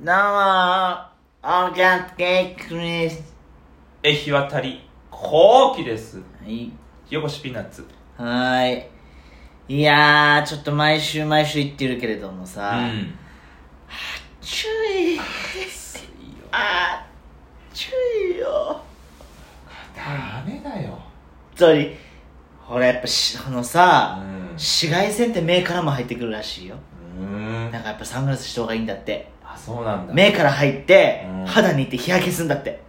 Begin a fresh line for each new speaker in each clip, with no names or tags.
どうもー、オーキャットケーキです。
え日渡り後期です
はい。
よこしピーナッツ
はーい。いやー、ちょっと毎週毎週言ってるけれども
う
さ、注意。あー、注意よ。
ダメだよ
本当に、ほらやっぱし、あのさ、
ん
紫外線って目からも入ってくるらしいよ。
うん
なんかやっぱサングラスした方がいいんだって。
あそうなんだ
目から入って
うん、
肌に行って日焼けすんだって。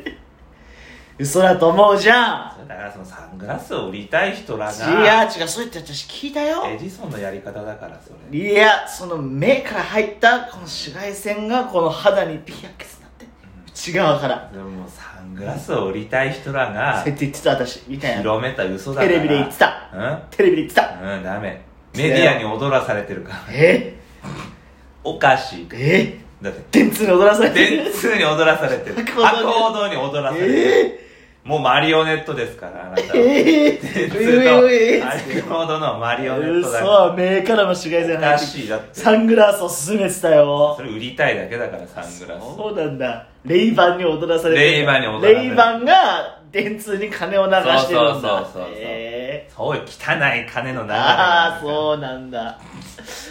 嘘だと思うじゃん。
それだからそのサングラスを売りたい人ら
い
が
や違うそう言って私聞いたよ
エジソンのやり方だからそれ
いやその目から入ったこの紫外線がこの肌にピヤけすなって内側から
でももうサングラスを売りたい人らが
そうやって言ってた私みたいな
広めた嘘だか
テ
ら
レビで言ってたテレビで言ってた
うんうんダメメディアに踊らされてるから
え
おかしい
え
だって
電通に踊らされて
電
る
通に踊らさ れてる
博報堂に
博報堂に踊らされてる
え
もうマリオネットですから、あなたは。
ええ
普
ー、
通
ういうえ
の、アリコードのマリオネットだから。
嘘目からも紫外線入
おか
って
しいだって。
サングラスを勧めてたよ
それ売りたいだけだから、サングラス。
そうなんだレイバンに踊らされて
レイバンに踊らされて
レイバンが電通に金を流してるんだ
そうそうそうそうそう
えー
そういう汚い金の流れ。
ああそうなんだ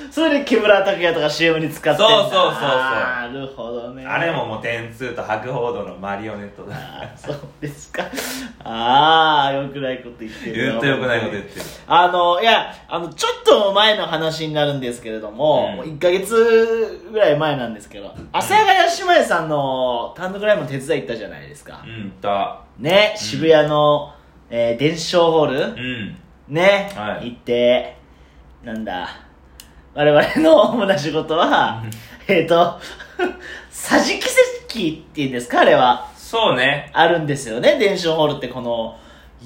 それで木村拓哉とか CM に使ってんだ
そうそうそうそう
なるほどね
あれももう点数と博報堂のマリオネットだ。
あーそうですかああよくないこと言ってる
言うとよくないこと言ってる。
あのいやあのちょっと前の話になるんですけれども,、
うん
もう1か月ぐらい前なんですけど阿佐ヶ谷姉妹さんの単独ライブの手伝い行ったじゃないですか、
うんと、
ね渋谷の、えー伝承ホール、
うん。
ね、
はい
行ってなんだ我々の 主な仕事はえっ、ー、と桟敷席っていうんですかあれは
そうね。
あるんですよね伝承ホールってこの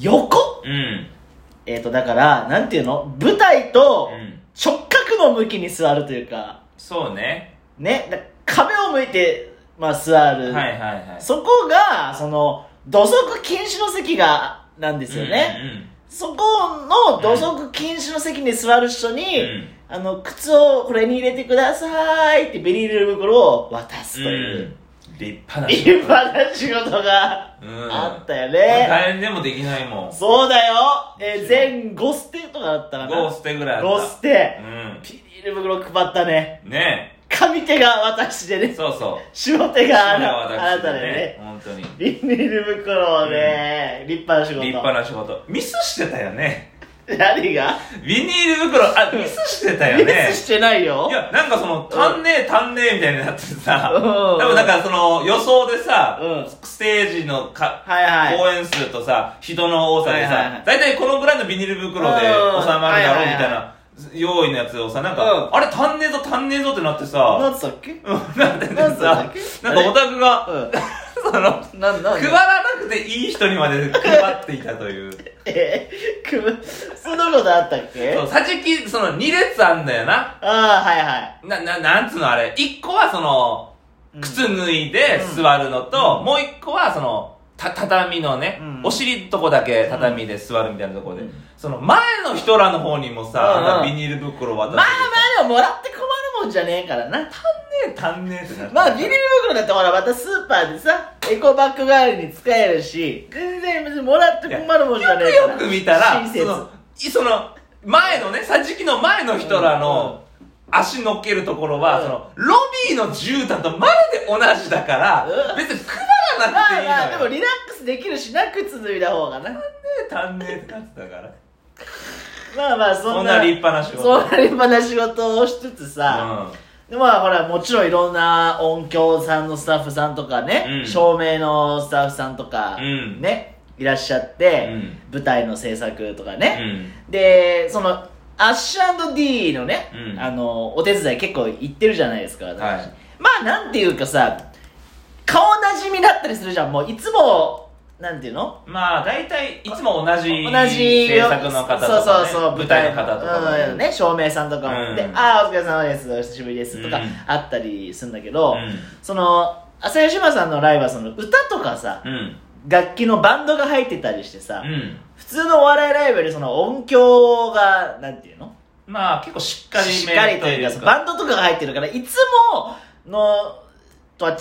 横
うん。
えっ、ー、とだからなんていうの舞台と
うん
直角の向きに座るというか
そうね。
ねだ壁を向いて、まあ、座
は
る、
いはいはい。
そこがその土足禁止の席がなんですよね、そこの土足禁止の席に座る人
うん。
に、
うん。うん
あの、靴をこれに入れてくださいってビニール袋を渡すという、
立派な
立派な仕事が
うん。
あったよね。
大変でもできないもん。
そうだよ、えー全5ステとかだったかな。
ゴーステぐらいあった。
5ステ。
う
ビニール袋配ったね。
ん。ね
上手が私で
え。
ね、
そうそう。
下手があな
それは
あ
私
なたでね。
本当に。
ビニール袋をね、立派な仕事。
立派な仕事。ミスしてたよね。
何が、
ビニール袋、あ、ミスしてたよ
ミ
ね
ス。してないよ。
いや、なんかその、足んねえ、足んねえみたいになってさ、
うん
多分なんかその、予想でさ、
うん
ステージのか、
はいはい。
公演数とさ、人の多さ
は
で
いはいは
さ
い、
大体このぐらいのビニール袋
うん
で収まるだろうみた
はいいはい
な、用意のやつをさ、なん
う
か、あれ足んねえぞ、足んねえぞってなってさ、
なんつったっけ
うんなってて
なんつったっ
さ、
け
なんかオタクが、
う
その、
ん。なんなん
配らなくていい人にまで配っていたという。
えー、くぶ、そんなことあったっけ
そう、さじき、その2列あんだよな。
ああ、はいは
な、な、なんつうのあれ。1個はその、
うん
靴脱いで
うん
座るのと、
うん
もう1個はその、た、畳のね、
うん
お尻のとこだけ畳で座るみたいなところで、
うん
その前の人らの方にもさ、
うんうん
なんかビニール袋渡
い。
し
まあ
て。
まあでももらって困るもんじゃねえからな。
まあね、足んねえってなって
まあビニール袋だってほらまたスーパーでさ、エコバッグ代わりに使えるし、全然別にもらって困るもんじゃねえから。
よく見たら、
親
そ
切。
の、いその、前のね、桟敷の前の人ら
うんうん
の、足乗っけるところは、
うん
その、ロビーの絨毯とまるで同じだから、
うん
別に配らな
ま
くてい
あ
いのよ。
まあ、でもリラックスできるしな、靴脱いだ方がな。
足んねえってなってたから。
まあまあ、そ
そ
ん
ん
な。
な立派な仕事。
そんな立派な仕事をしつつさ、でまあほらもちろんいろんな音響さんのスタッフさんとかね、
うん
照明のスタッフさんとか
うん
ね、いらっしゃって、
うん
舞台の制作とか
うん。う
ね、
ん。
でそのアッシュ &D のね、
うん
あのお手伝い結構行ってるじゃないですか、私
はい
まあなんていうかさ顔なじみだったりするじゃんもういつもなんていうの
まあ、大体、いつも同じ、
同じ
制作の方とか、ね、
そうそうそう
舞台の方とかもね、
うんね照明さんとかも、
うん
で「ああお疲れ様ですお久しぶりです」とか
うん
あったりするんだけど、
うん
その朝吉島さんのライブはその歌とかさ、
うん。
楽器のバンドが入ってたりしてさ、
うん。
普通のお笑いライブよりその音響がなんていうの
まあ、結構しっかりめ
しっかりというかさバンドとかが入ってるからいつものとは違う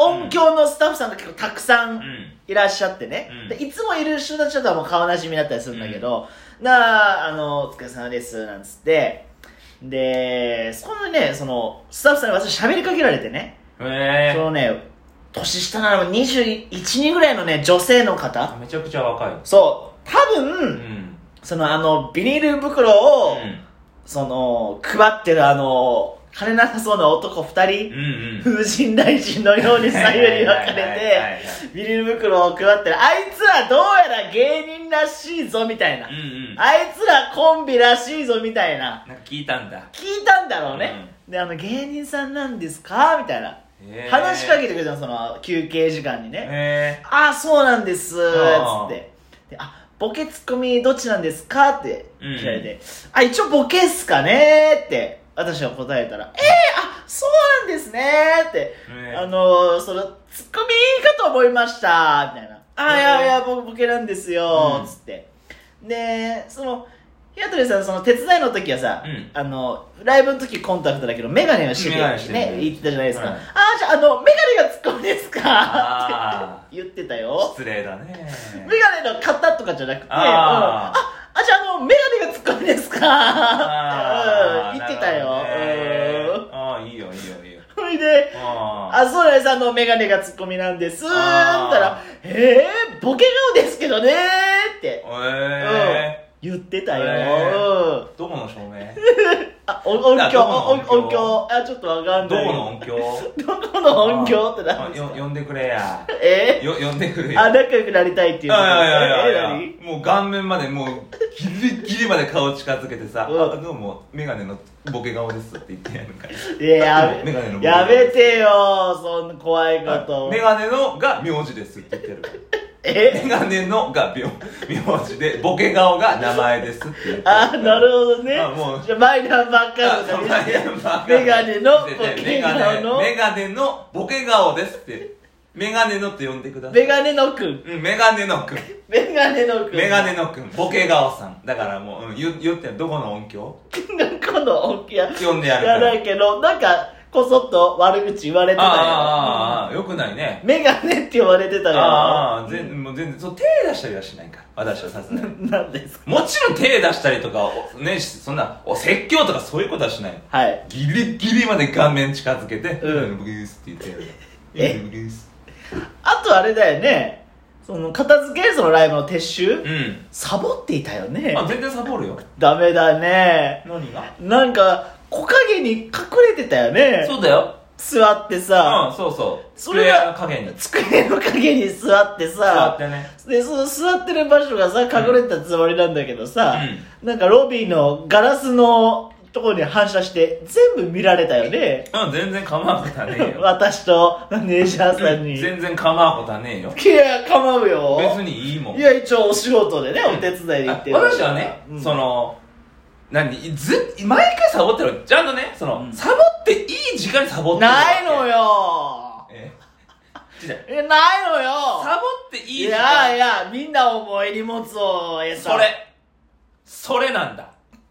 音響のスタッフさんが結構たくさん
ん
いらっしゃってね、
うん
でいつもいる人たちとはもう顔なじみだったりするんだけど、なああのお疲れ様ですなんつってでそこのねそのスタッフさんに私喋りかけられてね、
へ
そ
え
のね年下なの21人ぐらいのね女性の方
めちゃくちゃ若い
そう多分、
うん
そのあのビニール袋を、
うん
その配ってるあの金なさそうな男2人、
うんうん
風神大臣のように左右に分か
はいはいはいは
れ
い
て、ビニール袋を配ってる。あいつらどうやら芸人らしいぞ、みたいな
う。んうん
あいつらコンビらしいぞ、みたいな。
なんか聞いたんだ
聞いたんだろうね。で、あの、芸人さんなんですかみたいな。
へー
話しかけてくれたの、その、休憩時間にね。
へ
ああ、そうなんです、つ
あー
って。であ、ボケツッコミどっちなんですかって聞かれて、あ、一応ボケっすかねって、私は答えたら、ええあ、そうなんですねって。
えへえ
あのー、その、ツッコミかと思いました、みたいな。あ、
うん
いやいや、僕ボケなんですよ
う、ん
つって。で、その、ヒアトリさん、その手伝いの時はさ、
うん
あの、ライブの時コンタクトだけど、メガネをして
メガネして
て、
る
ね、言ってたじゃないですか。
はい
あー、じゃあ、あの、メガネがツッコミですか
あ
って言ってたよ。
失礼だね
メガネの型とかじゃなくて、うん
あー
あじゃあ、あの、メガネがツッコミですか
あ
う
ー
ん言ってたよ。
なるほどね
うん
ああいいよいいよいいよ
それで、
あ
あ、そうです。あの、メガネがツッコミなんです。みた
あー
ら、えー、ボケ顔ですけどねーって
へえ
言ってたよ。
え
うん
どこの照明
あ、お音
あ
響、
どこの
お音
音響
響あ、ちょっとわかん
ど
ない。
この音響
どこの音響ってなん
あ
です
よ
か
呼んでくれや
え
よ呼んでくれ
ー、
や
あ、仲良くなりたいってい
い
うこと
やいやい
え
やい
ー
やもう顔面までもうギリギリまで顔近づけてさ「
うん
あどうも眼鏡のボケ顔です」って言ってやるから
何いや、や
メガネの
め、
僕
やめてよー、そんな怖いこと。
眼鏡のが名字ですって言ってる
え
眼鏡のが名名字でボケ顔が名前ですって言って
あ、なるほどね。
あもう
じゃあ、マイナンバーカードが見せてメガネのボケ顔の、
メガネのボケ顔ですってメガネのって呼んでください
メガネのくん。
うんメガネのくん
メガネのくん。
メガネのくんボケ顔さんだからもう、うん、言言ってどこの音響
今度大きいや
呼んでや
知
るからら
ないけどなんかこそっと悪口言われてたよ
あーあーあーよくないね
メガネって言われてたよ
あーあー全もう全然そう手出したりはしないから私はさすがに
なんですか
もちろん手出したりとかおねしそんなお説教とかそういうことはしない
はい
ギリギリまで顔面近づけて「
うん
ブルース」って言ってやる
え
ブルース
あとあれだよねその片付けそのライブの撤収
うん
サボっていたよね
あ全然サボるよ
ダメだね
何が
なんか木陰に隠れてたよね
そうだよ
座って
うん
さ、
そうそう
それが
机の影に
机の陰に座って
座
さ
ってね
でその座ってる場所がさ隠れてたつもりなんだけどさ、なんかロビーのガラスのところに反射して全部見られたよね。
うんうん全然構うことはね えよ
私とネイジャーさんに。
全然構うことはねえよ
いや、構うよ。
別にいいもん
いや、一応お仕事でね、お手伝いで行ってる。
あ私はね、
うん
そ、の何ず毎回サボってるちゃんとねその、
うん
サボっていい時間にサボってる
ないのよ。
え違う
え、ないのよ。
サボっていい
い
時間
やいや、みんな重い荷物をえさ
それそれなんだ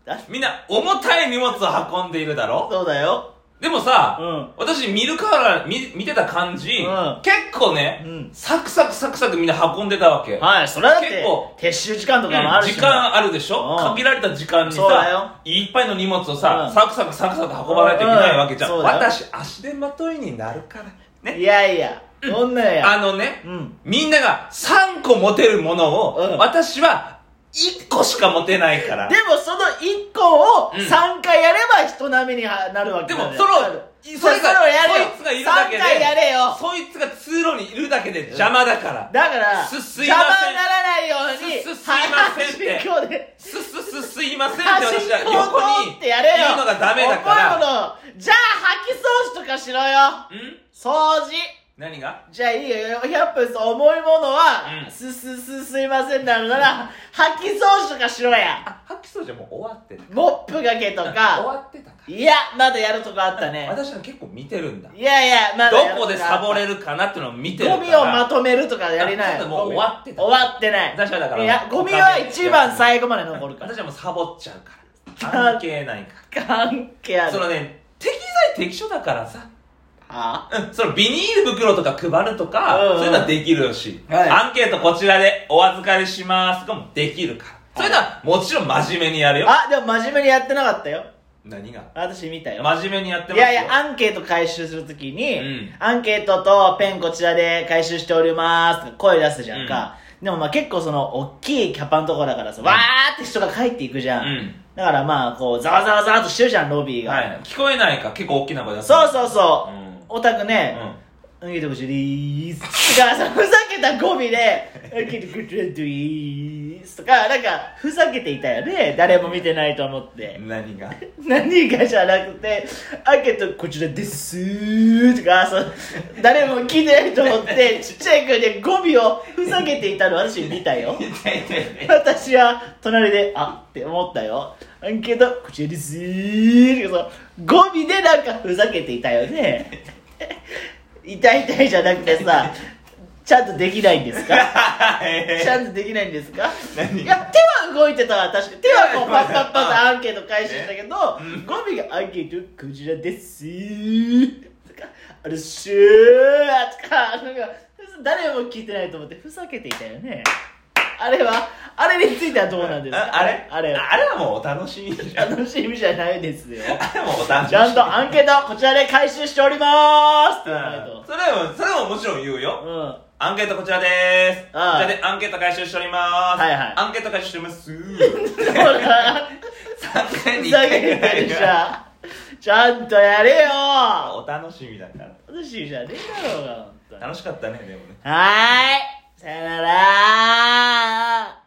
だ
みんな重たい荷物を運んでいるだろ
そうだよ。
でもさ、
うん。
私見るから見見てた感じ、
うん
結構ね、
うん
サクサクサクサクみんな運んでたわけ、
はい、それはだって
結構、
撤収時間とかもあるし。
時間あるでしょ
うん
限られた時間に
そうだよ
さいっぱいの荷物をさ、
うん
サクサクサクサク運ばないといけないわけじゃん、
うんうんそうだよ
私足手まといになるからね
いやいや、どんなんや。
あのね
うん。
みんなが3個持てるものを、
うん
私は1個しか持てないから
でもその1個を
うん
3回やれば人並みにはなるわけ
で
だよ
もその
それ
が
それをやれよ
そいつがいるだけで
3回やれよ
そいつが通路にいるだけで邪魔だから、
だから
すすい
邪
ま
魔
せん
にならないように
すすすいませんって
端っこで
すすすすいませんって
端っ
私は
こを
横
取
に
っ
い
て
る
やれよ
のがダメだか
重い
ら
ものじゃあ吐き掃除とかしろよ
ん
掃除
何が
じゃあいいよ100分重いものは、
うん
すすすすいませんなるなら吐き掃除とかしろや
あ吐きそうじゃもう終わってた
モップがけと
終
か
わってたか
いやまだやるとこあった
ら
ね
私は結構見てるんだ
いやいやまだやると
ど
あ
こ
った
でサボれるかなっていうのを見てるから
ゴミをまとめるとかやりな
あちょ
い
っともう終わってた
終わってない
私はだから
いやゴミは一番最後まで残るから
私はもうサボっちゃうから関係ないか
関係あ
ら
る
そのね適材適所だからさ
あ
うんそのビニール袋とか配るとか、
うん
そういうのはできるし、
はい
アンケートこちらでお預かりしますとかもできるから。そういうのはもちろん真面目にやるよ。
あ、でも真面目にやってなかったよ。
何が
私見たよ。
真面目にやって
い
ますよ。
やいや、アンケート回収するときに、
うん
アンケートとペンこちらで回収しておりますとか声出すじゃんか。でもまあ結構その、大きいキャパのところだからさ、わーって人が帰っていくじゃん。
うん
だからまあ、こう、ざわざわざわっとしてるじゃん、ロビーが。
はい、聞こえないか、結構大きな声出す。
そう
う。
そうそう。
ん。
オタクね、受けてほしいでーす。とか、そのふざけた語尾で、受けてくれでーす。とか、なんか、ふざけていたよね。誰も見てないと思って
う。ん。何が
何がじゃなくて、開けとこちらですーとか、そう誰も聞いてないと思って、ちっちゃい声で語尾をふざけていたの私見たよ。
痛い痛い痛い。
私は隣で、あって思ったよ。けど、こちらですーとか、そう語尾でなんかふざけていたよね。痛い痛いじゃなくてさ、ちゃんとできないんですかちゃんとできないんですか
何
いや、手は動いてたわ、確かに。手はこう、パッパッパッとアンケート開始したけど、語尾がアンケート、こちらですとか、あれっしゅーとか、なんか、誰も聞いてないと思って、ふざけていたよね。あれは、あれについてはどうなんですか
ああれ
あれは。
あれはもうお楽しみじゃん。
楽しみじゃないですよ。
あれはもうお楽しみ。
ちゃんとアンケート、こちらで回収しておりますって言わない
うん
と。
それは、それはもちろん言うよ。
うん。
アンケートこちらでーす。こち
ああ
らでアンケート回収しておりまーす。
はいはい
アンケート回収してます。
そうだ。
3回
ふ
に1
ざ
回
け
ぐら
てる
い
じ
が。
ゃん。ちゃんとやれよ
お楽しみだから。
楽しいじゃねえだろうが、ほんとに。
楽しかったね、でもね。
はーい。さよなら